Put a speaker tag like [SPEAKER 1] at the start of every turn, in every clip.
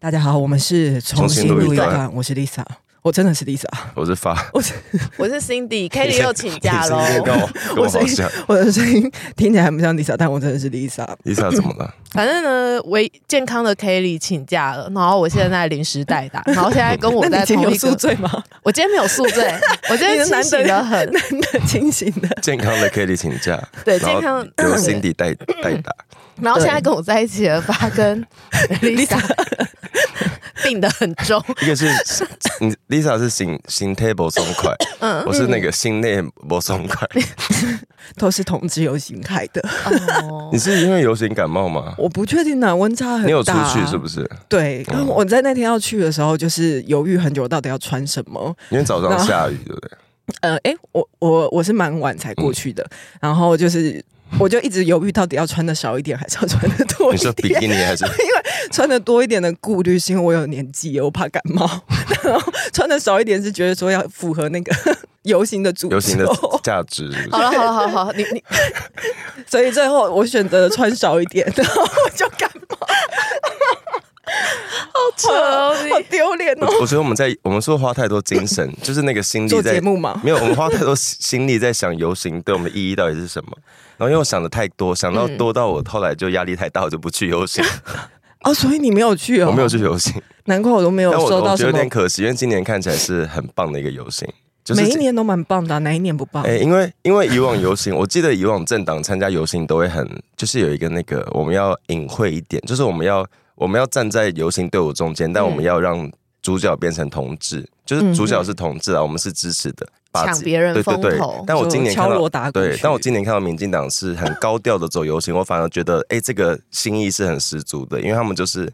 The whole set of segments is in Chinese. [SPEAKER 1] 大家好，我们是重新
[SPEAKER 2] 重新
[SPEAKER 1] 录
[SPEAKER 2] 录
[SPEAKER 1] 一
[SPEAKER 2] 一段
[SPEAKER 1] 段。我是 Lisa，我真的是 Lisa，
[SPEAKER 2] 我是发，
[SPEAKER 1] 我是
[SPEAKER 3] 我是 Cindy，Kelly 又请假喽
[SPEAKER 2] 你。是不是跟我 跟我
[SPEAKER 1] 我声
[SPEAKER 2] 好
[SPEAKER 1] 音
[SPEAKER 2] 像。
[SPEAKER 1] 我的声音听起来很不像 Lisa，但我真的是 Lisa。
[SPEAKER 2] Lisa 怎么了？
[SPEAKER 3] 反正呢，为健康的 Kelly 请假了，然后我现在临时代打，然后现在跟 我
[SPEAKER 1] 那
[SPEAKER 3] 在
[SPEAKER 1] 你今
[SPEAKER 3] 同
[SPEAKER 1] 天有
[SPEAKER 3] 一
[SPEAKER 1] 宿
[SPEAKER 3] 个，
[SPEAKER 1] 醉吗？
[SPEAKER 3] 我今天没有宿醉，我今
[SPEAKER 1] 你
[SPEAKER 3] 天
[SPEAKER 1] 是难
[SPEAKER 3] 清
[SPEAKER 1] 得
[SPEAKER 3] 醒的很，
[SPEAKER 1] 难得清醒的，
[SPEAKER 2] 健康的 Kelly 请假，
[SPEAKER 3] 对
[SPEAKER 2] 然
[SPEAKER 3] 健
[SPEAKER 2] 后
[SPEAKER 3] 康
[SPEAKER 2] 由 Cindy 代代打。
[SPEAKER 3] 然后现在跟我在一起的发跟 Lisa 病得很重，
[SPEAKER 2] 一个是你 Lisa 是心心 table 松快，
[SPEAKER 3] 嗯
[SPEAKER 2] 我是那个心内不松快。
[SPEAKER 1] 都是同志游行开的。
[SPEAKER 3] 哦
[SPEAKER 2] 你，是因为流行感冒吗？
[SPEAKER 1] 我不确定呢，啊温差很大。
[SPEAKER 2] 你有出去是不
[SPEAKER 1] 是？
[SPEAKER 2] 是？
[SPEAKER 1] 对，
[SPEAKER 2] 嗯
[SPEAKER 1] 我在那天要去的时候，就是犹豫很久，到底要穿什么。
[SPEAKER 2] 因为早上下雨，对不对？
[SPEAKER 1] 呃，诶，我我我是蛮晚才过去的，
[SPEAKER 2] 嗯
[SPEAKER 1] 然后就是我就一直犹豫，到底要穿的少一点，还是要穿的多
[SPEAKER 2] 你
[SPEAKER 1] 一
[SPEAKER 2] 说比
[SPEAKER 1] 点。
[SPEAKER 2] 基尼还是
[SPEAKER 1] 穿的多一点的顾虑是因为我有年纪，我怕感冒； 然后穿的少一点是觉得说要符合那个 游行的主
[SPEAKER 2] 流行的
[SPEAKER 1] 轴，
[SPEAKER 2] 价值？是不
[SPEAKER 3] 好
[SPEAKER 2] 是
[SPEAKER 3] 了好了好了好了，你你
[SPEAKER 1] 所以最后我选择了穿少一点， 然后我就感冒，
[SPEAKER 3] 扯哦你
[SPEAKER 1] 好丢脸 哦！
[SPEAKER 2] 我我觉得我们在我们是不是花太多精神，就是那个心力
[SPEAKER 1] 做
[SPEAKER 2] 在
[SPEAKER 1] 节目嘛，
[SPEAKER 2] 没有，我们花太多心力在想游行对我们的意义到底是什么。然后因为我想的太多，想
[SPEAKER 1] 嗯
[SPEAKER 2] 到多到我后来就压力太大，我就不去游行。
[SPEAKER 1] 哦，所以你没有去哦，
[SPEAKER 2] 我没有去游行，
[SPEAKER 1] 难怪我都没有
[SPEAKER 2] 但我
[SPEAKER 1] 收
[SPEAKER 2] 我
[SPEAKER 1] 到
[SPEAKER 2] 觉得
[SPEAKER 1] 什
[SPEAKER 2] 有
[SPEAKER 1] 么
[SPEAKER 2] 点。可惜，因为今年看起来是很棒的一个游行，就是
[SPEAKER 1] 每一年都蛮棒的啊、哪一年不 棒？
[SPEAKER 2] 哎、因为因为以往游行，我记得以往政党参加游行都会很，就是有一个那个我们要隐晦一点，就是我们要我们要站在游行队伍中间，
[SPEAKER 3] 嗯
[SPEAKER 2] 但我们要让主角变成同志，就是主角是同志啊，我们是支持的，把
[SPEAKER 3] 嗯抢
[SPEAKER 2] 自己
[SPEAKER 3] 别人
[SPEAKER 2] 对对
[SPEAKER 3] 风
[SPEAKER 2] 对
[SPEAKER 3] 头。
[SPEAKER 2] 但我今年看
[SPEAKER 1] 敲锣
[SPEAKER 2] 到。
[SPEAKER 1] 打鼓
[SPEAKER 2] 对
[SPEAKER 1] 去，
[SPEAKER 2] 但我今年看到民进党是很高调的走游行，我反而觉得，哎、这个心意是很十足的，因为他们就是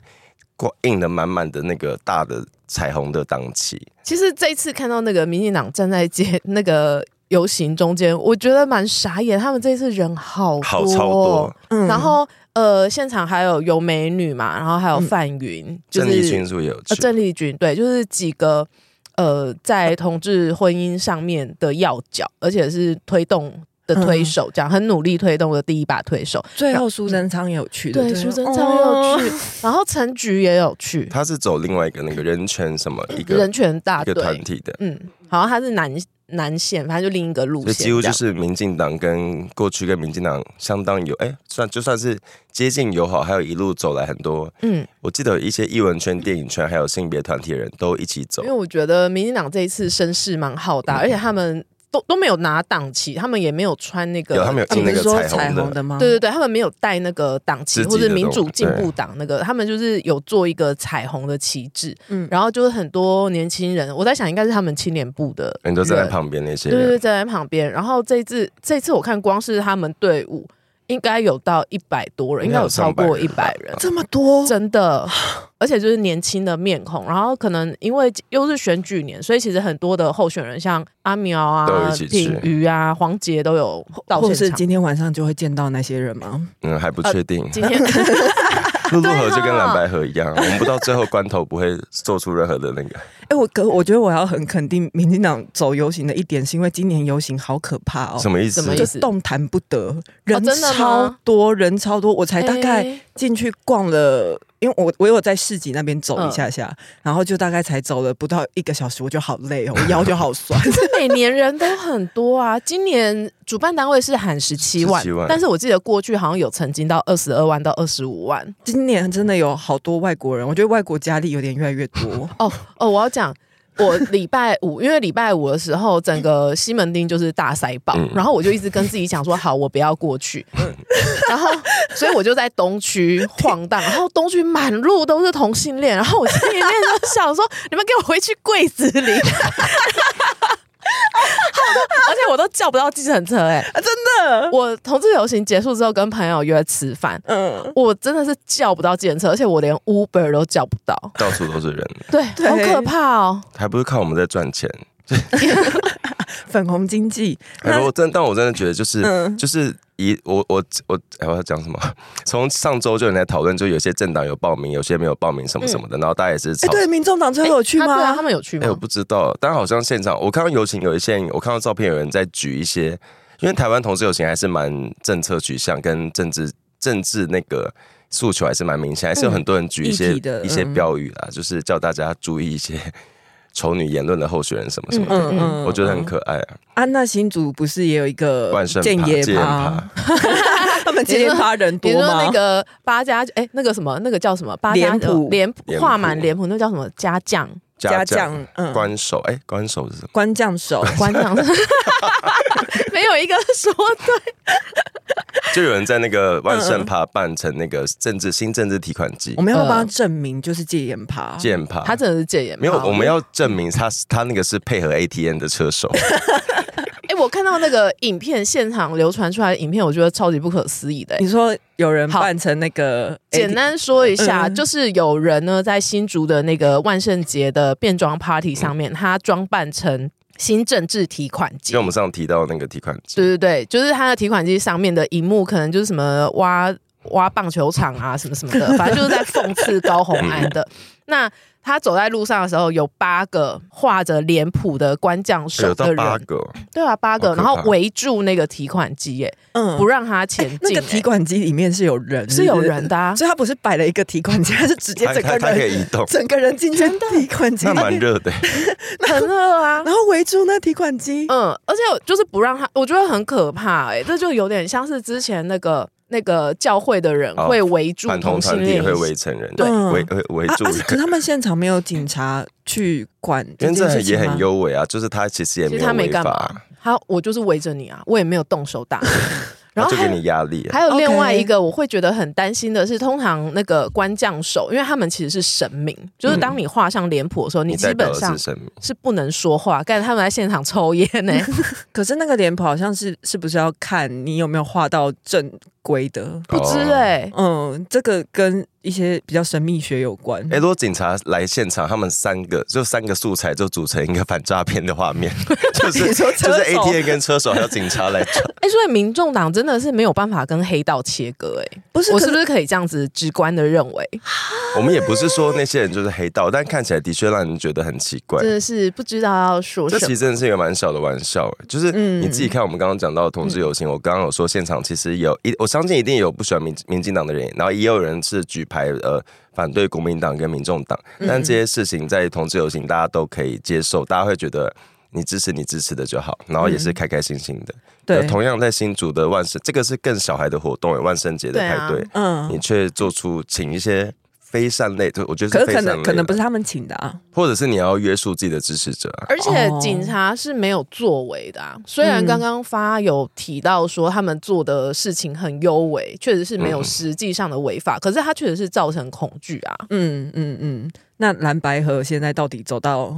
[SPEAKER 2] 挂印的满满的那个大的彩虹的党旗，
[SPEAKER 3] 其实这一次看到那个民进党站在街那个游行中间，我觉得蛮傻眼，他们这一次人好多哦
[SPEAKER 2] 好超多，
[SPEAKER 1] 嗯
[SPEAKER 3] 然后呃，现场还有有美女嘛，然后还有
[SPEAKER 1] 嗯
[SPEAKER 3] 范云，就
[SPEAKER 2] 正义群
[SPEAKER 3] 是
[SPEAKER 2] 组也有去，
[SPEAKER 3] 呃郑丽君，对，就是几个呃在同志婚姻上面的要角，而且是推动的推手，这样很努力推动的第一把推手。
[SPEAKER 1] 最后苏贞昌也有去的，
[SPEAKER 3] 对，哦
[SPEAKER 1] 不
[SPEAKER 3] 苏贞昌也有去，然后陈菊也有去，
[SPEAKER 2] 他是走另外一个那个人权什么一个
[SPEAKER 3] 人权大
[SPEAKER 2] 一个团
[SPEAKER 3] 队，
[SPEAKER 2] 体的，
[SPEAKER 3] 嗯，好像他是南南线，反正就另一个路
[SPEAKER 2] 所以
[SPEAKER 3] 线，
[SPEAKER 2] 几乎就是民进党跟过去跟民进党相当友，哎、算就算是接近友好，还有一路走来很多，
[SPEAKER 3] 这样嗯。
[SPEAKER 2] 我记得有一些艺文圈、电影圈还有性别团体的人都一起走
[SPEAKER 3] 因为，我觉得民进党这一次声势蛮浩
[SPEAKER 2] 嗯
[SPEAKER 3] 大，而且他们都都没有拿党旗，他们也没有穿那个，呃
[SPEAKER 2] 有他们有
[SPEAKER 1] 你
[SPEAKER 2] 印那
[SPEAKER 1] 是
[SPEAKER 2] 个
[SPEAKER 1] 说
[SPEAKER 2] 彩
[SPEAKER 1] 彩
[SPEAKER 2] 虹
[SPEAKER 1] 虹
[SPEAKER 2] 的，
[SPEAKER 1] 的吗？
[SPEAKER 3] 对对对，他们没有带那个党
[SPEAKER 2] 自
[SPEAKER 3] 旗
[SPEAKER 2] 己
[SPEAKER 3] 或
[SPEAKER 2] 的
[SPEAKER 3] 者民
[SPEAKER 2] 东
[SPEAKER 3] 主
[SPEAKER 2] 西
[SPEAKER 3] 进步党那个，他们就是有做一个彩虹的旗帜，
[SPEAKER 1] 嗯
[SPEAKER 3] 嗯，然后就是很多年轻人，我在想应该是他们青年部的
[SPEAKER 2] 人都站在
[SPEAKER 3] 人
[SPEAKER 2] 旁边那些
[SPEAKER 3] 对对
[SPEAKER 2] 人，
[SPEAKER 3] 对，站在旁边。然后这一次这一次我看光是他们队伍应该有到一百多人，
[SPEAKER 2] 应
[SPEAKER 3] 应
[SPEAKER 2] 该
[SPEAKER 3] 该
[SPEAKER 2] 有
[SPEAKER 3] 有超过一
[SPEAKER 2] 上百
[SPEAKER 3] 百
[SPEAKER 2] 人
[SPEAKER 3] 人
[SPEAKER 2] 吧，
[SPEAKER 1] 这么多，
[SPEAKER 3] 真的，而且就是年轻的面孔，然后可能因为又是选举年，所以其实很多的候选人，像阿苗
[SPEAKER 2] 都有
[SPEAKER 3] 啊
[SPEAKER 2] 一起、去
[SPEAKER 3] 品瑜啊、黄杰都有到
[SPEAKER 1] 或者是
[SPEAKER 3] 现场。
[SPEAKER 1] 今天晚上就会见到那些人吗？
[SPEAKER 2] 嗯，还不
[SPEAKER 3] 呃
[SPEAKER 2] 确定。
[SPEAKER 3] 今天
[SPEAKER 2] 陆陆河就跟
[SPEAKER 3] 对哈
[SPEAKER 2] 蓝白河一样，我们不到最后关头不会做出任何的那个。
[SPEAKER 1] 哎、我可我觉得我要很肯定民进党走游行的一点，是因为今年游行好可怕哦，
[SPEAKER 2] 什么意思
[SPEAKER 3] 什？么意
[SPEAKER 1] 就
[SPEAKER 3] 思
[SPEAKER 1] 是动弹不得，人
[SPEAKER 3] 哦真的
[SPEAKER 1] 超
[SPEAKER 3] 吗
[SPEAKER 1] 多，人超多，我才大概
[SPEAKER 3] 哎
[SPEAKER 1] 进去逛了。因为我我有在市集那边
[SPEAKER 3] 嗯
[SPEAKER 1] 走一下下，然后就大概才走了不到一个小时，我就好累哦，我腰就好酸。
[SPEAKER 3] 每年人都很多啊。今年主办单位是喊十七万
[SPEAKER 2] 17万，
[SPEAKER 3] 但是我记得过去好像有曾经到二十二万到二十五万。
[SPEAKER 1] 今年真的有好多外国人，我觉得外国佳丽有点越来越 多。
[SPEAKER 3] 哦哦，我要讲。我礼拜五， 因为礼拜五的时候，整个西门町就是大塞爆，
[SPEAKER 2] 嗯
[SPEAKER 3] 然后我就一直跟自己讲说，好，我不要过去。 然后，所以我就在东区晃 荡，然后东区满路都是同性恋，然后我心里面就想说，你们给我回去柜子 里。然后我都而且我都叫不到计程车哎、
[SPEAKER 1] 啊，真的，
[SPEAKER 3] 我同志游行结束之后跟朋友约吃饭，
[SPEAKER 1] 嗯，
[SPEAKER 3] 我真的是叫不到计程车，而且我连 Uber 都叫不到，
[SPEAKER 2] 到处都是人，
[SPEAKER 3] 对，
[SPEAKER 1] 对
[SPEAKER 3] 好可怕哦。
[SPEAKER 2] 还不是靠我们在赚钱。
[SPEAKER 1] 粉红经济，
[SPEAKER 2] 哎，我真，但我真的觉得就是，
[SPEAKER 1] 嗯
[SPEAKER 2] 就是以我我我，哎，我要讲什么？ 从上周就有人在讨论，就有些政党有报名，有些没有报名，什么什么的，然后大家也是
[SPEAKER 1] 嗯哎、
[SPEAKER 2] 吵。
[SPEAKER 1] 对，民众党最后有去
[SPEAKER 3] 他
[SPEAKER 1] 吗？
[SPEAKER 3] 对啊，他们有去
[SPEAKER 2] 哎、我
[SPEAKER 3] 吗？
[SPEAKER 2] 不知道，但好像现场我看到游行有一些人，我看到照片有人在举一些，因为台湾同志游行还是蛮政策取向跟政治政治那个诉求还是蛮明显，还是有很多人举一
[SPEAKER 1] 嗯
[SPEAKER 2] 些、
[SPEAKER 1] 议题的
[SPEAKER 2] 一些
[SPEAKER 1] 嗯
[SPEAKER 2] 标语啦，就是叫大家注意一些丑女言论的候选人什么什么的。
[SPEAKER 1] 嗯嗯
[SPEAKER 2] 我觉得很可爱啊，
[SPEAKER 1] 安娜新竹不是也有一个
[SPEAKER 2] 万圣
[SPEAKER 1] 建
[SPEAKER 2] 趴、
[SPEAKER 1] 业
[SPEAKER 2] 戒烟趴，，
[SPEAKER 1] 他们建业趴人
[SPEAKER 3] 比
[SPEAKER 1] 多
[SPEAKER 3] 如说
[SPEAKER 1] 吗？
[SPEAKER 3] 那个八家，哎，那个什么，那个叫什么？八家
[SPEAKER 1] 脸
[SPEAKER 3] 呃
[SPEAKER 1] 谱
[SPEAKER 3] 脸
[SPEAKER 2] 脸谱
[SPEAKER 3] 画满脸谱，那叫什么？家 将、
[SPEAKER 1] 家
[SPEAKER 2] 家将、
[SPEAKER 1] 将，嗯，
[SPEAKER 2] 关手，哎，关手是什么？
[SPEAKER 1] 关将手，
[SPEAKER 3] 官将，没有一个说对。
[SPEAKER 2] 就有人在那个万圣趴扮成那个政治新政治提款机
[SPEAKER 1] 我们要哦帮他证明就是戒烟趴。
[SPEAKER 2] 戒烟趴，
[SPEAKER 3] 他真的是戒烟，
[SPEAKER 2] 没有，我们要证明他是他那个是配合 ATM 的车手，
[SPEAKER 3] 哎、我看到那个影片现场流传出来的影片，我觉得超级不可思议的、
[SPEAKER 1] 哎你说有人
[SPEAKER 3] 好
[SPEAKER 1] 扮成那个
[SPEAKER 3] 简
[SPEAKER 1] AT
[SPEAKER 3] 单说一下，
[SPEAKER 1] 嗯
[SPEAKER 3] 就是有人呢在新竹的那个万圣节的变装 party 上面，他装扮成新政治提款机
[SPEAKER 2] 因为我。们上次提到那个提款机，
[SPEAKER 3] 对对对，就是他的提款机上面的荧幕，可能就是什么挖挖棒球场啊，什么什么的，反正就是在讽刺高红安
[SPEAKER 2] 嗯
[SPEAKER 3] 的。 那他走在路上的时候，有八个画着脸谱的官将
[SPEAKER 2] 有
[SPEAKER 3] 手
[SPEAKER 2] 到
[SPEAKER 3] 的
[SPEAKER 2] 八
[SPEAKER 3] 人，
[SPEAKER 2] 个，哦
[SPEAKER 3] 对啊，八个，
[SPEAKER 2] 好可
[SPEAKER 3] 然
[SPEAKER 2] 怕
[SPEAKER 3] 后围住那个提款机，耶，
[SPEAKER 1] 嗯
[SPEAKER 3] 不让他前 进、
[SPEAKER 1] 那个
[SPEAKER 3] 哎
[SPEAKER 1] 提款机里面是有人，
[SPEAKER 3] 是有
[SPEAKER 1] 不
[SPEAKER 3] 人的、啊，
[SPEAKER 1] 所以他不是摆了一个提款机， 他是直接
[SPEAKER 2] 他
[SPEAKER 1] 整
[SPEAKER 2] 他
[SPEAKER 1] 个
[SPEAKER 2] 他可
[SPEAKER 1] 人
[SPEAKER 2] 以移动，
[SPEAKER 1] 整个人进去提款机
[SPEAKER 2] 那
[SPEAKER 1] 里
[SPEAKER 2] 蛮
[SPEAKER 1] 面，
[SPEAKER 2] 热的，
[SPEAKER 3] 很热啊。
[SPEAKER 1] 然后围住那提款机。啊
[SPEAKER 3] 嗯，而且我就是不让他，我觉得很可怕哎、这就有点像是之前那个那个教会的人
[SPEAKER 2] 哦
[SPEAKER 3] 会围住
[SPEAKER 2] 反同
[SPEAKER 3] 同
[SPEAKER 2] 团
[SPEAKER 3] 性
[SPEAKER 2] 体
[SPEAKER 3] 恋，
[SPEAKER 2] 会围成人，
[SPEAKER 1] 对
[SPEAKER 2] 围围围
[SPEAKER 1] 啊
[SPEAKER 2] 住
[SPEAKER 1] 啊
[SPEAKER 2] 人，
[SPEAKER 1] 可是他们现场没有警察去管
[SPEAKER 2] 因
[SPEAKER 1] 这
[SPEAKER 2] 为
[SPEAKER 1] 件
[SPEAKER 2] 这
[SPEAKER 1] 事情
[SPEAKER 2] 也
[SPEAKER 1] 吗，
[SPEAKER 2] 很优美啊，就是他其实也
[SPEAKER 3] 其
[SPEAKER 2] 没
[SPEAKER 3] 实他
[SPEAKER 2] 有
[SPEAKER 3] 没
[SPEAKER 2] 违
[SPEAKER 3] 干
[SPEAKER 2] 法啊
[SPEAKER 3] 嘛，，他我就是围着你啊，我也没有动手 打你。然
[SPEAKER 2] 他
[SPEAKER 3] 后
[SPEAKER 2] 就
[SPEAKER 3] 还
[SPEAKER 2] 给
[SPEAKER 3] 有
[SPEAKER 2] 你压力啊。
[SPEAKER 3] 还有
[SPEAKER 1] OK
[SPEAKER 3] 另外一个我会觉得很担心的是，通常那个官将手，因为他们其实是神明，就是当你画上脸谱的时候，你基
[SPEAKER 2] 嗯代表
[SPEAKER 3] 本
[SPEAKER 2] 的
[SPEAKER 3] 上
[SPEAKER 2] 是神明，
[SPEAKER 3] 是不能说话，但他们在现场抽烟呢、
[SPEAKER 1] 可是那个脸谱好像是是不是要看你有没有画到正规的？
[SPEAKER 3] 不知
[SPEAKER 2] 哦
[SPEAKER 3] 哎、
[SPEAKER 1] 嗯，这个跟一些比较神秘学有关。
[SPEAKER 2] 哎、如果警察来现场，他们三个就三个素材就组成一个反诈骗的 画面，就是
[SPEAKER 1] 你说车
[SPEAKER 2] 就
[SPEAKER 1] 手
[SPEAKER 2] 是 ATM 跟车手还有警察来抓，
[SPEAKER 3] 哎、所以民众党真的是没有办法跟黑道切割哎、
[SPEAKER 1] 不是，
[SPEAKER 3] 我
[SPEAKER 1] 可
[SPEAKER 3] 是不是可以这样子直观的认为，
[SPEAKER 2] 我们也不是说那些人就是黑道，但看起来的确让人觉得很奇怪
[SPEAKER 3] 真。的是不知道要说
[SPEAKER 2] 这
[SPEAKER 3] 什
[SPEAKER 2] 其
[SPEAKER 3] 么
[SPEAKER 2] 实真的是一个蛮小的玩笑，欸就是
[SPEAKER 1] 嗯
[SPEAKER 2] 你自己看，我们刚刚讲到的同志游行，我刚刚有说现场其实有一，我相信一定有不喜欢民民进党的人，然后也有人是举牌呃反对国民党跟民众党，但
[SPEAKER 1] 嗯
[SPEAKER 2] 这些事情在同志游行大家都可以接受，大家会觉得你支持你支持的就好，然后也是开开心心的。
[SPEAKER 1] 嗯对
[SPEAKER 2] 呃，同样在新竹的万圣，这个是更小孩的活动，欸万圣节的
[SPEAKER 3] 对啊
[SPEAKER 2] 派对，
[SPEAKER 1] 嗯
[SPEAKER 2] 你，却做出请一些非善类，就我觉得
[SPEAKER 1] 可
[SPEAKER 2] 是
[SPEAKER 1] 是
[SPEAKER 2] 非
[SPEAKER 1] 可
[SPEAKER 2] 善类
[SPEAKER 1] 能可能
[SPEAKER 2] 的
[SPEAKER 1] 不是他们请的啊。
[SPEAKER 2] 或者是你要约束自己的支持者啊、
[SPEAKER 3] 而且
[SPEAKER 1] 哦嗯
[SPEAKER 3] 警察是没有作为的、啊，虽然刚刚发有提到说他们做的事情很优为，确实是没有
[SPEAKER 2] 嗯
[SPEAKER 3] 实际上的违法，可是他确实是造成恐惧啊。
[SPEAKER 1] 嗯嗯嗯，那蓝白河现在到底走到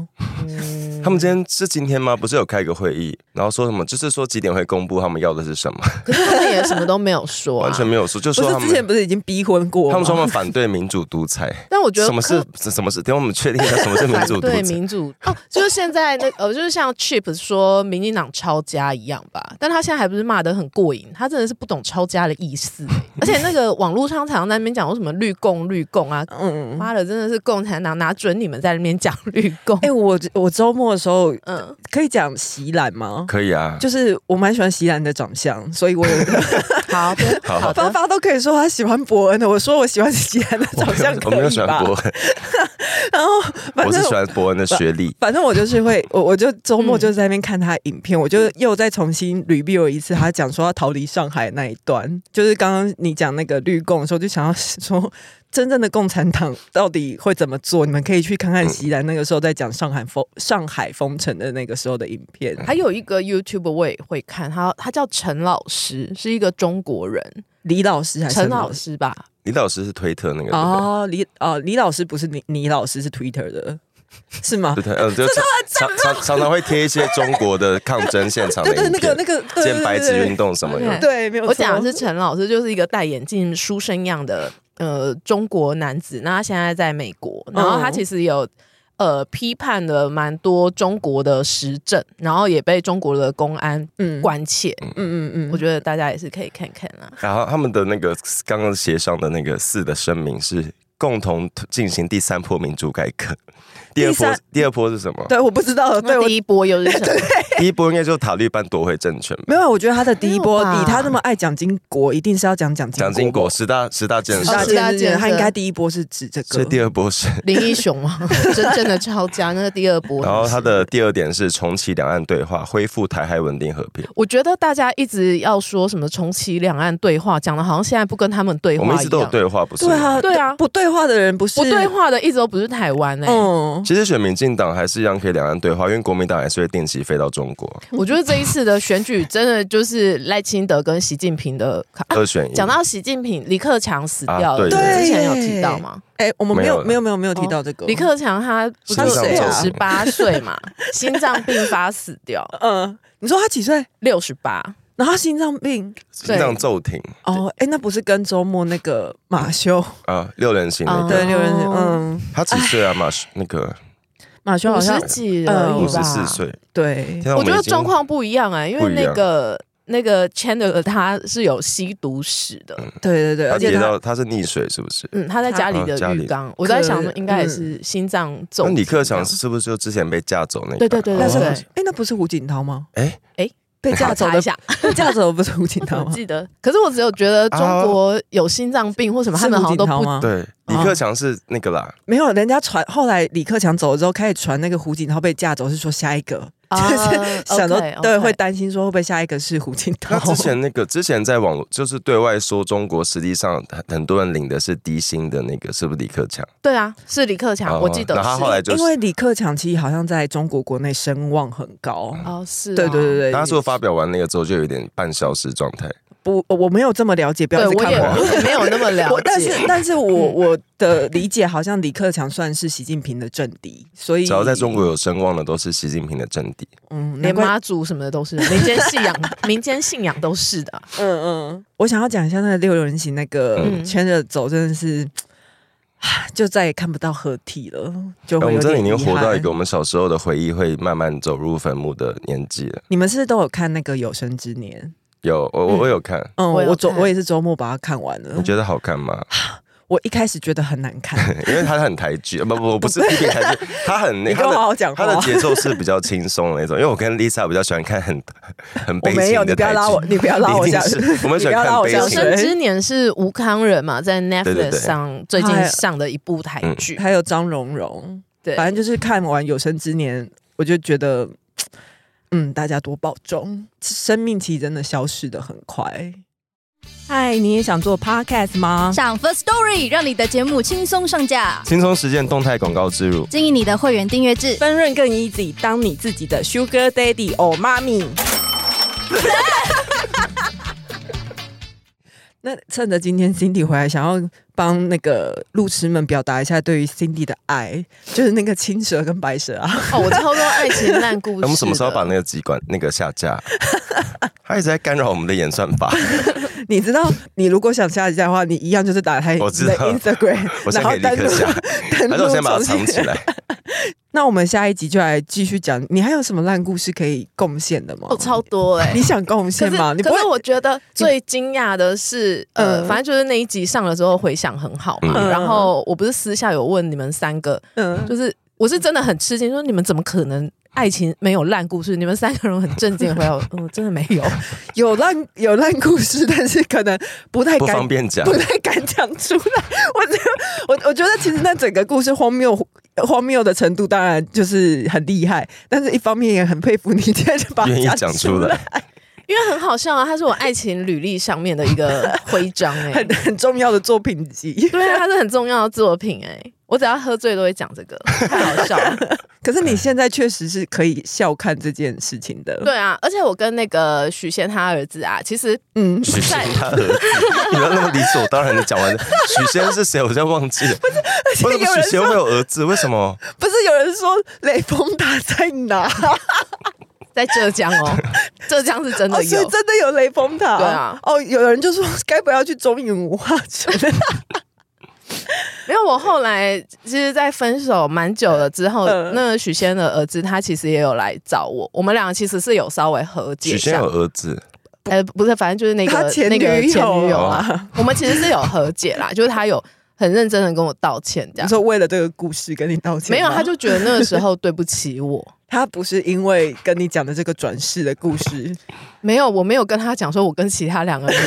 [SPEAKER 2] 他们今天是今天吗？不是有开一个会议，然后说什么？就是说几点会公布他们要的是什么，
[SPEAKER 3] 可是他们也什么都没有说、啊，
[SPEAKER 2] 完全没有说，就
[SPEAKER 1] 不
[SPEAKER 2] 说他
[SPEAKER 1] 是之前
[SPEAKER 2] 们
[SPEAKER 1] 不是已经逼婚过吗？
[SPEAKER 2] 他们说他们反对民主独裁。
[SPEAKER 3] 但我觉得
[SPEAKER 2] 什么
[SPEAKER 3] 柯
[SPEAKER 2] 是什么是？等一下我们确定一下什么是民
[SPEAKER 3] 反
[SPEAKER 2] 主独
[SPEAKER 3] 对
[SPEAKER 2] 裁。
[SPEAKER 3] 民主哦，就是现在那呃，就是像 Chip 说民进党抄家一样吧，但他现在还不是骂得很过瘾，他真的是不懂抄家的意思欸、而且 那个网络上常常在那边讲说什么绿共绿共啊，
[SPEAKER 1] 嗯，
[SPEAKER 3] 妈的，真的是共产党拿准你们在那边讲绿共，
[SPEAKER 1] 哎、我我周末的时候
[SPEAKER 3] 嗯，
[SPEAKER 1] 可以讲席兰吗？
[SPEAKER 2] 可以啊，
[SPEAKER 1] 就是我蛮喜欢席兰的长相，所以我有一 个
[SPEAKER 3] 好的，
[SPEAKER 2] 好
[SPEAKER 3] 好
[SPEAKER 1] 方
[SPEAKER 3] 的，
[SPEAKER 1] 法都可以说他喜欢伯恩的。我说我喜欢席兰的长相
[SPEAKER 2] 我
[SPEAKER 1] 可
[SPEAKER 2] 没有
[SPEAKER 1] 以
[SPEAKER 2] 喜欢
[SPEAKER 1] 吧？
[SPEAKER 2] 伯恩，
[SPEAKER 1] 然后反
[SPEAKER 2] 我是
[SPEAKER 1] 正
[SPEAKER 2] 喜欢伯恩的学历。
[SPEAKER 1] 反正我就是会，我我就周末就在那边看他影片，我就又再重新 review 一次他讲说他逃离上海那一段，就是刚刚你讲那个绿共的时候，就想要说真正的共产党到底会怎么做？你们可以去看看席兰那个时候在讲上海封上海封城的那个时候的影片。
[SPEAKER 3] 还有一个 YouTube 我也会看，他他叫陈老师，是一个中国人，
[SPEAKER 1] 李老师还是
[SPEAKER 3] 陈
[SPEAKER 1] 陈
[SPEAKER 3] 老
[SPEAKER 1] 老师？
[SPEAKER 3] 师吧，
[SPEAKER 2] 李老师是推特那个对
[SPEAKER 1] 哦，李哦，李老师不是你，你老师是 Twitter 的，是吗
[SPEAKER 2] 不？对？对，呃，就常常常常常会贴一些中国的抗争现场的
[SPEAKER 1] 对对，
[SPEAKER 2] 影
[SPEAKER 1] 那个那
[SPEAKER 2] 片，
[SPEAKER 1] 个对
[SPEAKER 2] 兼白纸运
[SPEAKER 1] 对
[SPEAKER 2] 动什么的
[SPEAKER 1] 对，对，没有
[SPEAKER 3] 我讲的
[SPEAKER 1] 错
[SPEAKER 3] 是陈老师，就是一个戴眼镜、书生样的呃中国男子。那他现在在美国，然后他其实有呃批判了蛮多中国的时政，然后也被中国的公安
[SPEAKER 1] 嗯
[SPEAKER 3] 关切。
[SPEAKER 1] 嗯嗯嗯，
[SPEAKER 3] 我觉得大家也是可以看看啊。
[SPEAKER 2] 然后他们的那个刚刚协商的那个四的声明是共同进行第三波民主改革，第二
[SPEAKER 1] 第
[SPEAKER 2] 波
[SPEAKER 1] 三
[SPEAKER 2] 第二波是什么？
[SPEAKER 1] 对，我不知道，对
[SPEAKER 3] 那
[SPEAKER 1] 我
[SPEAKER 3] 第一波又是什么？
[SPEAKER 2] 第一波应该就是塔利班夺回政权吧。
[SPEAKER 1] 没有，啊我觉得他的第一波
[SPEAKER 3] 没有吧
[SPEAKER 1] 以他那么爱蒋经国，一定是要讲蒋经
[SPEAKER 2] 蒋经国
[SPEAKER 1] 国。
[SPEAKER 2] 十大十大建
[SPEAKER 1] 十
[SPEAKER 2] 设，
[SPEAKER 1] 大
[SPEAKER 3] 哦十大
[SPEAKER 1] 建设，
[SPEAKER 3] 建
[SPEAKER 1] 他
[SPEAKER 3] 设
[SPEAKER 1] 应该第一波是指这
[SPEAKER 2] 所以第
[SPEAKER 1] 个。
[SPEAKER 2] 二波是。
[SPEAKER 3] 林一雄 嘛，真正的抄家，那是第二波。
[SPEAKER 2] 然后他的第二点是重启两岸对话，恢复台海稳定和平。
[SPEAKER 3] 我觉得大家一直要说什么重启两岸对话，讲的好像现在不跟他们对
[SPEAKER 2] 我
[SPEAKER 3] 话
[SPEAKER 2] 们一直都有
[SPEAKER 3] 样。
[SPEAKER 2] 对话，不是？
[SPEAKER 1] 对啊，
[SPEAKER 3] 对啊
[SPEAKER 1] 不对话的人不是
[SPEAKER 3] 不对，话的一直都不是台湾哎、
[SPEAKER 1] 嗯，
[SPEAKER 2] 其实选民进党还是一样可以两岸对话，因为国民党还是会定期飞到中国
[SPEAKER 3] 我觉得这一次的选举真的就是赖清德跟习近平的。啊
[SPEAKER 2] 二选一。
[SPEAKER 3] 讲到习近平，李克强死掉了，
[SPEAKER 2] 啊对
[SPEAKER 1] 对
[SPEAKER 3] 之前有提到吗？
[SPEAKER 1] 哎，我们没有
[SPEAKER 2] 没
[SPEAKER 1] 没
[SPEAKER 2] 有
[SPEAKER 1] 有没有没有提到这个。
[SPEAKER 3] 李，克强他不
[SPEAKER 1] 他是谁
[SPEAKER 3] 是
[SPEAKER 1] 啊
[SPEAKER 3] 十八岁 嘛，心脏病发死掉，
[SPEAKER 1] 嗯，你说他几岁？
[SPEAKER 3] 六十八。
[SPEAKER 1] 然后他心脏病
[SPEAKER 2] 心脏骤停
[SPEAKER 1] 哦，哎，那不是跟周末那个马修
[SPEAKER 2] 啊，六人行那
[SPEAKER 3] 哦
[SPEAKER 1] 对
[SPEAKER 2] 个，
[SPEAKER 1] 六人行嗯，
[SPEAKER 2] 他几岁啊？马那个
[SPEAKER 1] 马修
[SPEAKER 3] 五
[SPEAKER 1] 好像
[SPEAKER 3] 十几
[SPEAKER 1] 呃
[SPEAKER 3] 了，
[SPEAKER 2] 五十四。岁。
[SPEAKER 1] 对
[SPEAKER 2] 天啊
[SPEAKER 3] 我觉
[SPEAKER 2] 们
[SPEAKER 3] 得
[SPEAKER 2] 已经
[SPEAKER 3] 状况不一样啊、因
[SPEAKER 2] 不
[SPEAKER 3] 为
[SPEAKER 2] 一样
[SPEAKER 3] 那个那个 Chandler 他是有吸毒史的，
[SPEAKER 1] 对对对，
[SPEAKER 2] 他
[SPEAKER 1] 而且
[SPEAKER 2] 跌
[SPEAKER 1] 他
[SPEAKER 2] 到他是溺水是不是？
[SPEAKER 3] 嗯，他在家里的
[SPEAKER 2] 啊家里
[SPEAKER 3] 浴缸，我在想应该也
[SPEAKER 1] 嗯
[SPEAKER 3] 是心脏
[SPEAKER 2] 那
[SPEAKER 3] 骤。
[SPEAKER 2] 李克强是不是就之前被架走那个？
[SPEAKER 3] 对对对
[SPEAKER 1] 那
[SPEAKER 3] 对
[SPEAKER 1] 是
[SPEAKER 3] 对，
[SPEAKER 2] 哦
[SPEAKER 1] 哎，那不是胡锦涛吗？
[SPEAKER 2] 哎，
[SPEAKER 1] 被架走
[SPEAKER 3] 查一
[SPEAKER 1] 的，
[SPEAKER 3] 下，
[SPEAKER 1] 被架走的不是胡锦涛
[SPEAKER 3] 我
[SPEAKER 1] 吗？
[SPEAKER 3] 记得。可是我只有觉得
[SPEAKER 2] 啊
[SPEAKER 3] 中国有心脏病或什么，
[SPEAKER 1] 是
[SPEAKER 3] 他们好像都
[SPEAKER 1] 胡锦
[SPEAKER 3] 不
[SPEAKER 1] 涛吗？
[SPEAKER 2] 对，李克强是那个 啦，
[SPEAKER 1] 没有，人家传后来李克强走了之后，开始传那个胡锦涛被架走，是说下一个，
[SPEAKER 3] 啊
[SPEAKER 1] 就是想到
[SPEAKER 3] OK，OK
[SPEAKER 1] 对会担心说会不会下一个是胡锦
[SPEAKER 2] 他
[SPEAKER 1] 涛。
[SPEAKER 2] 之前那个之前在网络就是对外说中国实际上很很多人领的是低薪的那个，是不是李克强？
[SPEAKER 3] 对啊，是李克强，
[SPEAKER 2] 哦
[SPEAKER 3] 我记得
[SPEAKER 2] 那他后来
[SPEAKER 3] 是。
[SPEAKER 2] 就是
[SPEAKER 1] 因为李克强其实好像在中国国内声望很高。
[SPEAKER 2] 嗯
[SPEAKER 3] 哦，是啊，
[SPEAKER 1] 对对对对，
[SPEAKER 2] 他说发表完那个之后就有点半消失状态，
[SPEAKER 1] 不，我没有这么了解，不
[SPEAKER 3] 对，
[SPEAKER 1] 要一直
[SPEAKER 3] 我
[SPEAKER 1] 看
[SPEAKER 3] 也
[SPEAKER 1] 我
[SPEAKER 3] 我也没有那么了
[SPEAKER 1] 我
[SPEAKER 3] 解。
[SPEAKER 1] 但是，但是
[SPEAKER 2] 嗯
[SPEAKER 1] 我我的理解好像李克强算是习近平的政敌，所以
[SPEAKER 2] 只要在中国，有声望的都是习近平的政敌。
[SPEAKER 1] 嗯，难
[SPEAKER 3] 连
[SPEAKER 1] 怪
[SPEAKER 3] 妈祖什么的都是，民间信仰，民间信仰都是的。
[SPEAKER 1] 嗯嗯，我想要讲一下那个六人行那个
[SPEAKER 3] 嗯
[SPEAKER 1] 牵着走，真的是， 唉就再也看不到合体了，就会
[SPEAKER 2] 哎我
[SPEAKER 1] 有
[SPEAKER 2] 们真的已
[SPEAKER 1] 点遗
[SPEAKER 2] 经活到一
[SPEAKER 1] 憾
[SPEAKER 2] 个。我们小时候的回忆会慢慢走入坟墓的年纪了。
[SPEAKER 1] 你们是不是都有看那个《有生之年》？
[SPEAKER 2] 有我我我有看，
[SPEAKER 1] 嗯，
[SPEAKER 3] 我有
[SPEAKER 1] 我周
[SPEAKER 3] 看
[SPEAKER 1] 我也是周末把它看完了
[SPEAKER 2] 你。觉得好看吗？
[SPEAKER 1] 我一开始觉得很难 看，
[SPEAKER 2] 因为他很台剧，不不不是批评台剧，他很那
[SPEAKER 1] 你跟我好
[SPEAKER 2] 他
[SPEAKER 1] 好
[SPEAKER 2] 的
[SPEAKER 1] 讲
[SPEAKER 2] 他
[SPEAKER 1] 话
[SPEAKER 2] 的。节奏是比较轻松的那种。因为我跟 Lisa 比较喜欢看很很
[SPEAKER 1] 我
[SPEAKER 2] 悲
[SPEAKER 1] 没有，
[SPEAKER 2] 情
[SPEAKER 1] 你
[SPEAKER 2] 的
[SPEAKER 1] 不要
[SPEAKER 2] 台
[SPEAKER 1] 拉我，
[SPEAKER 2] 剧，
[SPEAKER 1] 你不要拉 我
[SPEAKER 2] 一定
[SPEAKER 1] 下
[SPEAKER 2] 是
[SPEAKER 1] 去。
[SPEAKER 2] 我们喜
[SPEAKER 1] 你不要拉
[SPEAKER 2] 欢看
[SPEAKER 1] 我
[SPEAKER 2] 悲
[SPEAKER 1] 下
[SPEAKER 3] 有
[SPEAKER 2] 情
[SPEAKER 1] 水
[SPEAKER 2] 的。
[SPEAKER 3] 生之年是吴康仁嘛，在
[SPEAKER 2] 对嗯对
[SPEAKER 3] Netflix
[SPEAKER 2] 对
[SPEAKER 3] 上最近上的一部台 剧，
[SPEAKER 1] 还有张荣荣，
[SPEAKER 3] 对，
[SPEAKER 1] 哎反正就是看完《有生之年》，我就觉得，嗯，大家多保重，生命其实真的消逝的很快。嗨，你也想做 podcast 吗？
[SPEAKER 4] 上 First Story，让你的节目轻松上架。
[SPEAKER 2] 轻松实践动态广告植入，
[SPEAKER 4] 经营你的会员订阅制，
[SPEAKER 1] 分润更 easy，当你自己的 sugar daddy or mommy。那趁着今天 Cindy 回来，想要帮那个路痴们表达一下对于 Cindy 的爱，就是那个青蛇跟白蛇啊，
[SPEAKER 3] 哦，我超多爱 情烂故事
[SPEAKER 2] 那
[SPEAKER 3] 的。
[SPEAKER 2] 我们什么时候把那个机关那个下架？ 他一直在干扰我们的演算法。
[SPEAKER 1] 你知道，你如果想下架的话，你一样就是打开你的
[SPEAKER 2] 我知道
[SPEAKER 1] Instagram，
[SPEAKER 2] 我现
[SPEAKER 1] 然
[SPEAKER 2] 在
[SPEAKER 1] 后
[SPEAKER 2] 可以立
[SPEAKER 1] 登
[SPEAKER 2] 刻
[SPEAKER 1] 录
[SPEAKER 2] 下，
[SPEAKER 1] 登
[SPEAKER 2] 还是我
[SPEAKER 1] 录
[SPEAKER 2] 先把它
[SPEAKER 1] 重
[SPEAKER 2] 藏
[SPEAKER 1] 新
[SPEAKER 2] 起来？
[SPEAKER 1] 那我们下一集就来继续讲，你还有什么烂故事可以贡献的吗？
[SPEAKER 3] 哦，超多哎、
[SPEAKER 1] 你想贡
[SPEAKER 3] 可
[SPEAKER 1] 献
[SPEAKER 3] 是
[SPEAKER 1] 吗？你不
[SPEAKER 3] 可
[SPEAKER 1] 会
[SPEAKER 3] 是我觉得最惊讶的是，呃，
[SPEAKER 1] 嗯
[SPEAKER 3] 反正就是那一集上了之后回响很好嘛。
[SPEAKER 1] 嗯
[SPEAKER 3] 然后我不是私下有问你们三个，
[SPEAKER 1] 嗯，
[SPEAKER 3] 就是我是真的很吃惊，说你们怎么可能爱情没有烂故事？你们三个人很震惊地回 答我，嗯，真的没有。
[SPEAKER 1] 有烂有烂故事，但是可能不太
[SPEAKER 2] 不
[SPEAKER 1] 敢
[SPEAKER 2] 方便讲啊
[SPEAKER 1] 不。太敢讲出来。 我觉得我我觉得其实那整个故事荒谬荒谬的程度，当然就是很厉害，但是一方面也很佩服你，竟然就把它
[SPEAKER 2] 愿意讲
[SPEAKER 1] 出
[SPEAKER 2] 出来，
[SPEAKER 3] 因为很好笑啊，它是我爱情履历上面的一个徽章 哎、
[SPEAKER 1] 很很重要的作品集。
[SPEAKER 3] 对啊，它是很重要的作品哎、我只要喝醉都会讲这个，太好笑了。
[SPEAKER 1] 可是你现在确实是可以笑看这件事情的。，
[SPEAKER 3] 对啊，而且我跟那个许仙他儿子啊，其实
[SPEAKER 1] 嗯，
[SPEAKER 2] 许仙他儿子，你不要那么理所当然的讲完了。许仙是谁？我现在忘记了。
[SPEAKER 1] 而且有
[SPEAKER 2] 为什么
[SPEAKER 1] 人
[SPEAKER 2] 许仙
[SPEAKER 1] 说
[SPEAKER 2] 会有儿子？为什么？
[SPEAKER 1] 不是有人说雷峰塔在哪？
[SPEAKER 3] 在浙江 哦，浙江是真
[SPEAKER 1] 哦，
[SPEAKER 3] 的
[SPEAKER 1] 所
[SPEAKER 3] 有。
[SPEAKER 1] 以真的有雷峰塔。
[SPEAKER 3] 对啊
[SPEAKER 1] 哦，有人就说该不要去中影文化城？
[SPEAKER 3] 啊没有，我后来其实，在分手蛮久了之后，
[SPEAKER 1] 嗯
[SPEAKER 3] 那个许仙的儿子他其实也有来找我，我们俩其实是有稍微和解
[SPEAKER 2] 许
[SPEAKER 3] 一
[SPEAKER 2] 仙
[SPEAKER 3] 下
[SPEAKER 2] 有。儿子，
[SPEAKER 3] 呃，不是，反正就是那个
[SPEAKER 1] 他前
[SPEAKER 3] 那个
[SPEAKER 1] 女
[SPEAKER 3] 前
[SPEAKER 1] 友
[SPEAKER 3] 女友
[SPEAKER 1] 啊
[SPEAKER 3] 啊，我们其实是有和解啦，就是他有很认真的跟我道歉，这
[SPEAKER 1] 你
[SPEAKER 3] 样
[SPEAKER 1] 说为了这个故事跟你道歉吗？
[SPEAKER 3] 没有，他就觉得那个时候对不起我。
[SPEAKER 1] 他不是因为跟你讲的这个转世的故事，
[SPEAKER 3] 没有，我没有跟他讲说我跟其他两个 人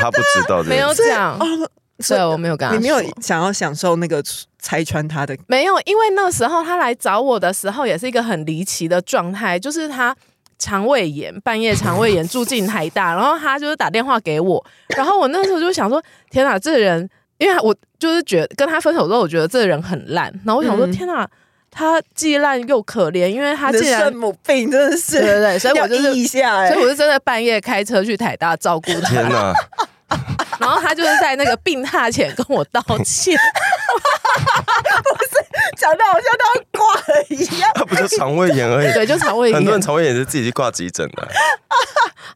[SPEAKER 2] 他不知道这
[SPEAKER 3] 没
[SPEAKER 2] 件
[SPEAKER 3] 有
[SPEAKER 2] 事。
[SPEAKER 3] 讲，
[SPEAKER 1] 哦所以
[SPEAKER 3] 啊对我没有跟他
[SPEAKER 1] 你
[SPEAKER 3] 说，
[SPEAKER 1] 没有想要享受那个拆穿他的，
[SPEAKER 3] 没有，因为那时候他来找我的时候，也是一个很离奇的状态，就是他肠胃炎，半夜肠胃炎住进台大，然后他就是打电话给我，然后我那时候就想说，天哪，这人，因为我就是觉得跟他分手之后，我觉得这人很烂，然后我想说，
[SPEAKER 1] 嗯
[SPEAKER 3] 天哪，他既烂又可怜，因为他
[SPEAKER 1] 你的
[SPEAKER 3] 竟然
[SPEAKER 1] 圣，母病真的
[SPEAKER 3] 对
[SPEAKER 1] 是，
[SPEAKER 3] 对对，所以我就是
[SPEAKER 1] 要医。一下哎、
[SPEAKER 3] 所以我是真的半夜开车去台大照顾 他，
[SPEAKER 2] 天哪！
[SPEAKER 3] 然后他就是在那个病榻前跟我道歉，
[SPEAKER 1] 讲到好像都要挂了一 样。
[SPEAKER 2] 他不就肠胃炎而已。
[SPEAKER 3] 对，就肠胃
[SPEAKER 2] 很多
[SPEAKER 3] 炎
[SPEAKER 2] 人。肠胃炎是自己去挂急诊的。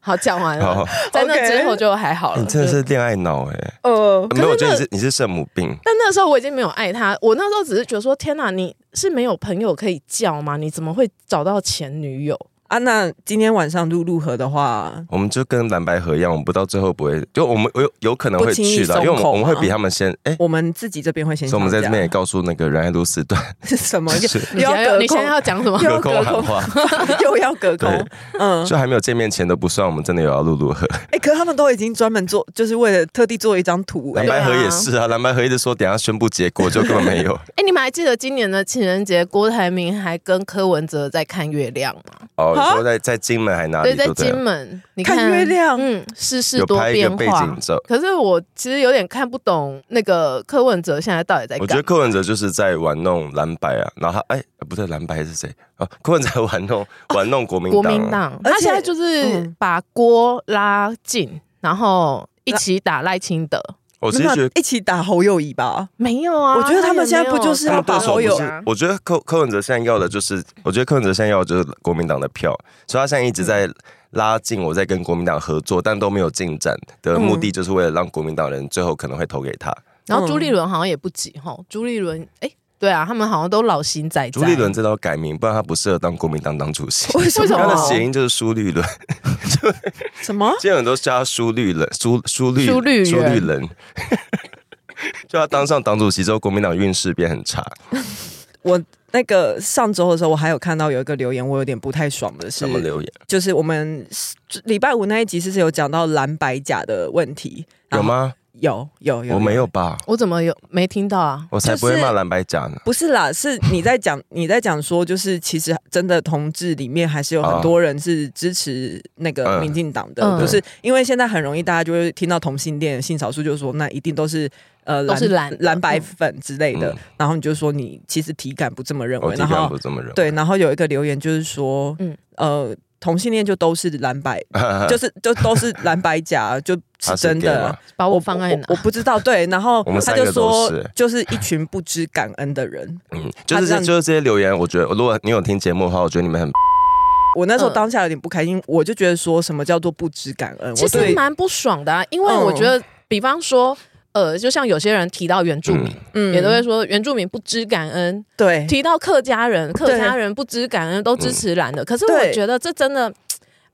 [SPEAKER 3] 好，讲完了
[SPEAKER 2] 好，，
[SPEAKER 3] 在那
[SPEAKER 1] OK
[SPEAKER 3] 之后就还好了。
[SPEAKER 2] 你嗯真的
[SPEAKER 3] 就是
[SPEAKER 2] 恋爱脑哎。
[SPEAKER 1] 呃，
[SPEAKER 2] 没有，我觉得你是你是圣母病。
[SPEAKER 3] 但那时候我已经没有爱他，我那时候只是觉得说，天哪，你是没有朋友可以叫吗？你怎么会找到前女友？
[SPEAKER 1] 啊，那今天晚上录录河的话，
[SPEAKER 2] 我们就跟蓝白河一样，我们不到最后不会，就我们有有可能会去的，
[SPEAKER 1] 不轻易松口
[SPEAKER 2] 因为我们
[SPEAKER 1] 嘛
[SPEAKER 2] 我们会比他们先，哎、
[SPEAKER 1] 我们自己这边会先上
[SPEAKER 2] 所以我
[SPEAKER 1] 架，
[SPEAKER 2] 们在这边也告诉那个仁爱路四段，
[SPEAKER 1] 是什么？
[SPEAKER 2] 是
[SPEAKER 3] 你
[SPEAKER 1] 又要
[SPEAKER 3] 现在要
[SPEAKER 1] 隔
[SPEAKER 3] 你现在
[SPEAKER 1] 空，
[SPEAKER 3] 要 讲什么？
[SPEAKER 1] 又
[SPEAKER 2] 隔
[SPEAKER 1] 要
[SPEAKER 2] 空
[SPEAKER 1] 隔
[SPEAKER 2] 喊
[SPEAKER 1] 空
[SPEAKER 2] 话，
[SPEAKER 1] 又要隔空
[SPEAKER 2] 对。
[SPEAKER 1] 嗯，
[SPEAKER 2] 就还没有见面前都不算，我们真的有要录录河。
[SPEAKER 1] 哎、可是他们都已经专门做，就是为了特地做一张图、
[SPEAKER 2] 蓝
[SPEAKER 1] 哎，
[SPEAKER 2] 白河也是啊，蓝白河一直说等一下宣布结果，就根本没有。
[SPEAKER 3] 哎、你们还记得今年的情人节，郭台铭还跟柯文哲在看月亮吗？
[SPEAKER 2] 哦，你说在在金门还哪里？
[SPEAKER 3] 对，
[SPEAKER 2] 对
[SPEAKER 3] 在
[SPEAKER 2] 不对啊
[SPEAKER 3] 金门，你
[SPEAKER 1] 看月亮
[SPEAKER 3] 嗯，世事
[SPEAKER 2] 有
[SPEAKER 3] 多
[SPEAKER 2] 拍一
[SPEAKER 3] 变
[SPEAKER 2] 个背
[SPEAKER 3] 化
[SPEAKER 2] 景。照。
[SPEAKER 3] 可是我其实有点看不懂那个柯文哲现在到底在
[SPEAKER 2] 我觉
[SPEAKER 3] 干
[SPEAKER 2] 得
[SPEAKER 3] 嘛。
[SPEAKER 2] 柯文哲就是在玩弄蓝白啊，然后他哎、不对，蓝白是谁啊？ 柯文哲在玩弄玩弄国民
[SPEAKER 3] 国
[SPEAKER 2] 党啊，
[SPEAKER 3] 民党，
[SPEAKER 1] 而且
[SPEAKER 3] 他现在就是
[SPEAKER 1] 嗯
[SPEAKER 3] 把锅拉近，然后一起打赖清德。
[SPEAKER 2] 我其
[SPEAKER 1] 你
[SPEAKER 2] 实
[SPEAKER 1] 们
[SPEAKER 2] 觉得
[SPEAKER 1] 一起打侯友谊吧。
[SPEAKER 3] 没有啊，
[SPEAKER 1] 我觉得他们现在不就是
[SPEAKER 2] 他
[SPEAKER 1] 要
[SPEAKER 2] 们
[SPEAKER 1] 把
[SPEAKER 2] 对手
[SPEAKER 1] 侯
[SPEAKER 2] 不
[SPEAKER 1] 友
[SPEAKER 2] 是，我觉得柯柯文哲现在要的就是，我觉得柯文哲现在要的就是国民党的票，所以他现在一直在拉近我在跟国民党合作，但都没有进展的
[SPEAKER 3] 嗯
[SPEAKER 2] 目的，就是为了让国民党人最后可能会投给他。
[SPEAKER 3] 然
[SPEAKER 1] 嗯
[SPEAKER 3] 后朱立伦好像也不急哈，朱立伦哎、对啊，他们好像都老心在在。
[SPEAKER 2] 朱立伦这都要改名，不然他不适合当国民党党主席。
[SPEAKER 1] 为什
[SPEAKER 3] 为什
[SPEAKER 1] 么？
[SPEAKER 3] 么
[SPEAKER 2] 他的谐音就是苏绿伦，
[SPEAKER 1] 什么？
[SPEAKER 2] 现在很多人都叫他苏绿伦，苏苏绿
[SPEAKER 3] 苏绿人
[SPEAKER 2] 苏绿人。 就他当上党主席之后，国民党运势变很差。
[SPEAKER 1] 我那个上周的时候，我还有看到有一个留言，我有点不太爽的是
[SPEAKER 2] 什，么留言
[SPEAKER 1] 就是我们礼拜五那一集是不是有讲到蓝白甲的问题？
[SPEAKER 2] 有？吗？
[SPEAKER 1] 有有有，
[SPEAKER 2] 我没有吧？
[SPEAKER 3] 我怎么有没听到啊？
[SPEAKER 2] 我才不会骂蓝白甲呢。
[SPEAKER 1] 不是啦，是你在讲你在讲说，就是其实真的同志里面还是有很多人是支持那个
[SPEAKER 2] 啊嗯
[SPEAKER 1] 民进党的，
[SPEAKER 3] 嗯
[SPEAKER 1] 就是 因为现在很容易大家就会听到同性恋、性少数，就是说那一定都是呃
[SPEAKER 3] 都是蓝的
[SPEAKER 1] 蓝白粉之类的，
[SPEAKER 2] 嗯
[SPEAKER 1] 然后你就说你其实体感不这么认
[SPEAKER 2] 我
[SPEAKER 1] 为，
[SPEAKER 2] 自
[SPEAKER 1] 然
[SPEAKER 2] 己
[SPEAKER 1] 后
[SPEAKER 2] 不这么认为。
[SPEAKER 1] 对，然后有一个留言就是说，
[SPEAKER 3] 嗯
[SPEAKER 1] 呃，同性恋就都是蓝 白，就是就都是蓝白甲，就是
[SPEAKER 2] 他啊是
[SPEAKER 1] 真
[SPEAKER 2] gay
[SPEAKER 1] 的
[SPEAKER 2] 吗。
[SPEAKER 3] 把啊我放在哪
[SPEAKER 1] 我？我不知道，对，然后
[SPEAKER 2] 我们
[SPEAKER 1] 他
[SPEAKER 2] 三
[SPEAKER 1] 就
[SPEAKER 2] 个都
[SPEAKER 1] 说
[SPEAKER 2] 是，
[SPEAKER 1] 就是一群不知感恩的人。
[SPEAKER 2] 嗯，就是
[SPEAKER 1] 他让
[SPEAKER 2] 这就是这些留言，我觉得如果你有听节目的话，我觉得你们很
[SPEAKER 1] 我那时候
[SPEAKER 3] 嗯
[SPEAKER 1] 当下有点不开心，我就觉得说什么叫做不知感恩？
[SPEAKER 3] 其
[SPEAKER 1] 我
[SPEAKER 3] 实
[SPEAKER 1] 对，嗯
[SPEAKER 3] 蛮不爽的啊，因为我觉得，比方说。呃，就像有些人提到原住民，
[SPEAKER 1] 嗯
[SPEAKER 3] 也都会说原住民不知感恩；
[SPEAKER 1] 对，
[SPEAKER 3] 提到客家人，客家人不知感恩，都
[SPEAKER 2] 嗯
[SPEAKER 3] 支持蓝的。可是我
[SPEAKER 1] 对
[SPEAKER 3] 觉得这真的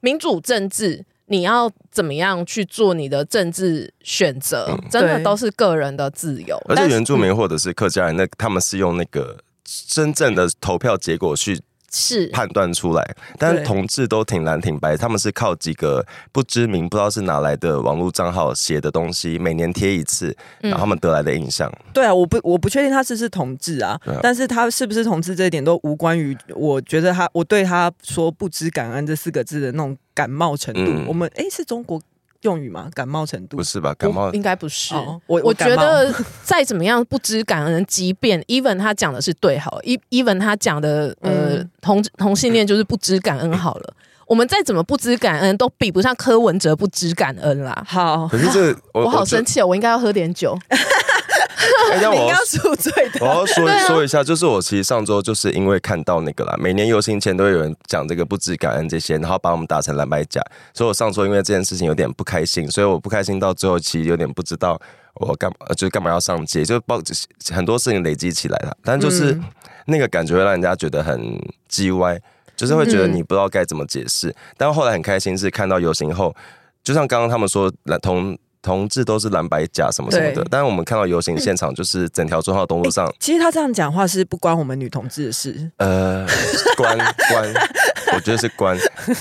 [SPEAKER 3] 民主政治，你要怎么样去做你的政治选择，真的
[SPEAKER 1] 对
[SPEAKER 3] 都是个人的自由。
[SPEAKER 2] 嗯而且
[SPEAKER 3] 但是
[SPEAKER 2] 原住民或者是客家人，那他们是用那个真正的投票结果去
[SPEAKER 3] 是
[SPEAKER 2] 判断出来，但是
[SPEAKER 1] 对
[SPEAKER 2] 同志都挺蓝挺白，他们是靠几个不知名不知道是哪来的网络账号写的东西，每年贴一次，然后他们得来的印象。
[SPEAKER 3] 嗯
[SPEAKER 1] 对啊，我不我不确定他是不是同志啊
[SPEAKER 2] 对啊，
[SPEAKER 1] 但是他是不是同志这一点都无关于我觉得他我对他说不知感恩这四个字的那种感冒程度。
[SPEAKER 2] 嗯
[SPEAKER 1] 我们诶是中国用语吗？感冒程度
[SPEAKER 2] 不是吧？感冒
[SPEAKER 3] 我应该不是。
[SPEAKER 1] 哦我
[SPEAKER 3] 我
[SPEAKER 1] 感
[SPEAKER 3] 觉
[SPEAKER 1] 冒
[SPEAKER 3] 得再怎么样不知感恩，即便 even 他讲的是对好，e even 他讲的呃、
[SPEAKER 1] 嗯
[SPEAKER 3] 同同性恋就是不知感恩好了，我们再怎么不知感恩，都比不上柯文哲不知感恩啦。
[SPEAKER 1] 好，
[SPEAKER 2] 可是这个我
[SPEAKER 3] 我好生，气哦，我应该要喝点酒。
[SPEAKER 2] 哎
[SPEAKER 1] 你
[SPEAKER 2] 但我
[SPEAKER 1] 刚
[SPEAKER 2] 要
[SPEAKER 1] 刚宿醉的
[SPEAKER 2] 我要哦说
[SPEAKER 3] 对啊
[SPEAKER 2] 说一下，就是我其实上周就是因为看到那个啦，每年游行前都会有人讲这个不知感恩这些，然后把我们打成蓝白甲，所以我上周因为这件事情有点不开心，所以我不开心到最后其实有点不知道我干嘛，呃就是干嘛要上街，就包就是很多事情累积起来了，但就是
[SPEAKER 1] 嗯
[SPEAKER 2] 那个感觉会让人家觉得很叽歪，就是会觉得你不知道该怎么解释。但后来很开心是看到游行后，就像刚刚他们说，蓝同同志都是蓝白甲什么什么的
[SPEAKER 1] 对，
[SPEAKER 2] 但是我们看到游行现场，就是整条中号东路上，
[SPEAKER 1] 其实他这样讲话是不关我们女同志的事，
[SPEAKER 2] 呃，关关，我觉得是关，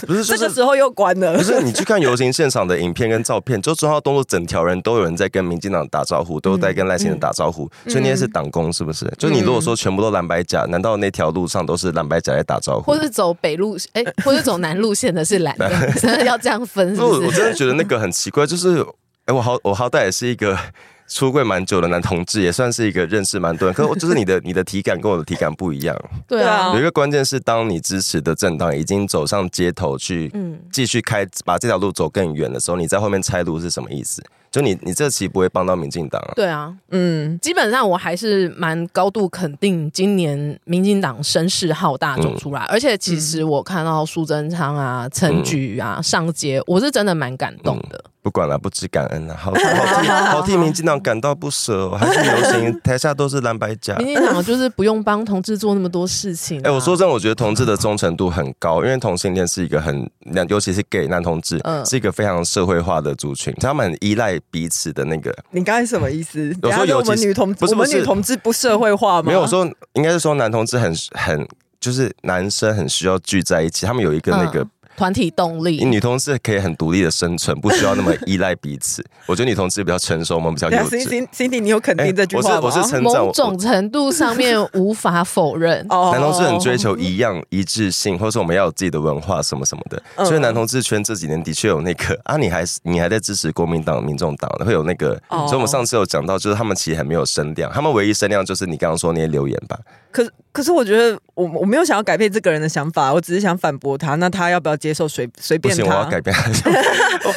[SPEAKER 2] 不是就
[SPEAKER 1] 这个
[SPEAKER 2] 是。
[SPEAKER 1] 时候又关了
[SPEAKER 2] 不。是你去看游行现场的影片跟照片，就中号东路整条人都有人在跟民进党打招呼，都在跟赖清德打招呼，
[SPEAKER 1] 嗯
[SPEAKER 2] 所以那些是党工是不是？就你如果说全部都蓝白甲，难道那条路上都是蓝白甲在打招呼
[SPEAKER 3] 或？是走北路， 哎、或是走南路线的是蓝的，真 的要这样分，是
[SPEAKER 2] 所以我
[SPEAKER 3] 不
[SPEAKER 2] 哦我
[SPEAKER 3] 是？
[SPEAKER 2] 真的觉得那个很奇怪，就是哎、我好我好歹也是一个 出柜蛮久的男同志，也算是一个认识蛮多人，可是我就是你的你的体感跟我的体感不一样。
[SPEAKER 3] 对
[SPEAKER 1] 哦
[SPEAKER 3] 啊
[SPEAKER 1] 对啊，
[SPEAKER 2] 有一个关键是，当你支持的政党已经走上街头去
[SPEAKER 3] 嗯，
[SPEAKER 2] 继续开把这条路走更远的时候，你在后面拆路是什么意思？就你你这期不会帮到民进党啊？
[SPEAKER 3] 对啊。
[SPEAKER 1] 嗯，
[SPEAKER 3] 基本上我还是蛮高度肯定今年民进党声势浩大
[SPEAKER 2] 嗯
[SPEAKER 3] 走出来，而且其实我看到苏贞昌啊、陈菊啊、
[SPEAKER 2] 嗯
[SPEAKER 3] 上街，我是真的蛮感动的。
[SPEAKER 2] 不管了，不知感恩了，好好替好替民进党感到不舍、哦，还是游 行台下都是蓝白甲。
[SPEAKER 3] 民进党就是不用帮同志做那么多事情、啊。
[SPEAKER 2] 嗯哎、我说真的，我觉得同志的忠诚度很高，因为同性恋是一个很，尤其是 gay 男同志，
[SPEAKER 3] 嗯
[SPEAKER 2] 是一个非常社会化的族群，他们很依赖彼此的那个。
[SPEAKER 1] 你刚才什么意思？
[SPEAKER 2] 有时
[SPEAKER 1] 等下
[SPEAKER 2] 候尤
[SPEAKER 1] 我
[SPEAKER 2] 其是
[SPEAKER 1] 们女同
[SPEAKER 2] 不是
[SPEAKER 1] 我们
[SPEAKER 2] 不是
[SPEAKER 1] 女同志不社会化哦吗？
[SPEAKER 2] 没有我说，应该是说男同志很很，就是男生很需要聚在一起，他们有一个那个。
[SPEAKER 3] 嗯团体动力，
[SPEAKER 2] 女同志可以很独立的生存，不需要那么依赖彼此。 我觉得女同志比较成熟，我们比较幼
[SPEAKER 1] 等下
[SPEAKER 2] 稚。哎
[SPEAKER 1] ，Cindy Cindy，你有肯定这句
[SPEAKER 2] 我是
[SPEAKER 1] 话吗？。
[SPEAKER 2] 我是称赞，
[SPEAKER 3] 某
[SPEAKER 2] 我
[SPEAKER 3] 种程度上面无法否认
[SPEAKER 1] 哦
[SPEAKER 2] 男同志很追求一样一致性，或者是我们要有自己的文化什么什么的。
[SPEAKER 1] 嗯
[SPEAKER 2] 所以男同志圈这几年的确有那个啊，你还是你还在支持国民党、民众党，会有那个。
[SPEAKER 1] 哦
[SPEAKER 2] 所以我们上次有讲到，就是他们其实很没有声量，他们唯一声量就是你刚刚说那些留言吧。
[SPEAKER 1] 可是可是我觉得我我没有想要改变这个人的想法，我只是想反驳他。那他要不要接受随随
[SPEAKER 2] 不
[SPEAKER 1] 便
[SPEAKER 2] 行，我要
[SPEAKER 1] 他？
[SPEAKER 2] 改哎变。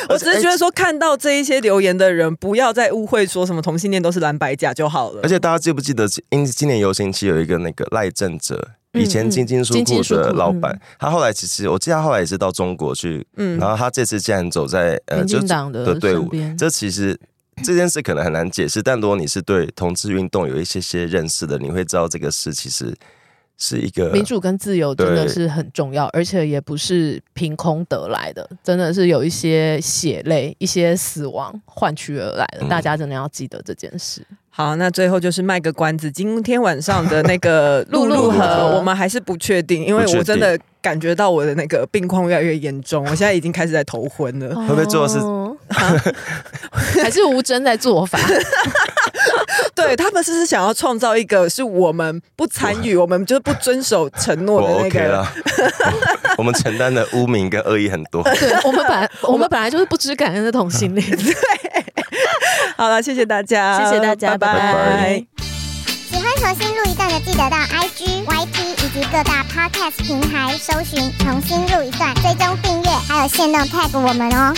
[SPEAKER 1] 我只是觉得说，看到这一些留言的人，不要再误会说什么同性恋都是蓝白甲就好了。
[SPEAKER 2] 而且大家记不记得，因今年游行期有一个那个赖政哲，以前金金书
[SPEAKER 3] 金金
[SPEAKER 2] 库
[SPEAKER 3] 书
[SPEAKER 2] 的
[SPEAKER 3] 库
[SPEAKER 2] 老板，他后来其实我记得他后来也是到中国去，
[SPEAKER 1] 嗯
[SPEAKER 2] 然后他这次竟然走在呃
[SPEAKER 3] 民
[SPEAKER 2] 就
[SPEAKER 3] 进党的
[SPEAKER 2] 的队
[SPEAKER 3] 身
[SPEAKER 2] 伍
[SPEAKER 3] 边，
[SPEAKER 2] 这其实这件事可能很难解释，但如果你是对同志运动有一些些认识的，你会知道这个事其实是一个
[SPEAKER 3] 民主跟自由真的
[SPEAKER 2] 对
[SPEAKER 3] 是很重要，而且也不是凭空得来的，真的是有一些血泪、一些死亡换取而来的。
[SPEAKER 2] 嗯
[SPEAKER 3] 大家真的要记得这件事。
[SPEAKER 1] 好，那最后就是卖个关子，今天晚上的那个
[SPEAKER 3] 陆
[SPEAKER 1] 陆
[SPEAKER 3] 陆
[SPEAKER 1] 陆河
[SPEAKER 3] 河，
[SPEAKER 1] 我们还是不确定，因为
[SPEAKER 2] 不确
[SPEAKER 1] 我真的感觉到我的那个病况越来越严重，我现在已经开始在头昏了。
[SPEAKER 2] 会不会做的是
[SPEAKER 3] 哦还是吴真在做法？
[SPEAKER 1] 对他们是是想要创造一个是我们不参与，我们就是不遵守承诺
[SPEAKER 2] 我
[SPEAKER 1] 的那
[SPEAKER 2] OK
[SPEAKER 1] 个。
[SPEAKER 2] 了， 我们承担的污名跟恶意很多。
[SPEAKER 3] 对我们本来我们本来就是不知感恩的同性恋。
[SPEAKER 1] 好了，谢谢大家，
[SPEAKER 3] 谢谢大家
[SPEAKER 2] 拜
[SPEAKER 1] 拜
[SPEAKER 2] 拜
[SPEAKER 5] 喜欢重新录一段的，记得到 IG、YT 以及各大 Podcast 平台搜寻“重新录一段”，追踪订阅，还有限定 tag 我们哦。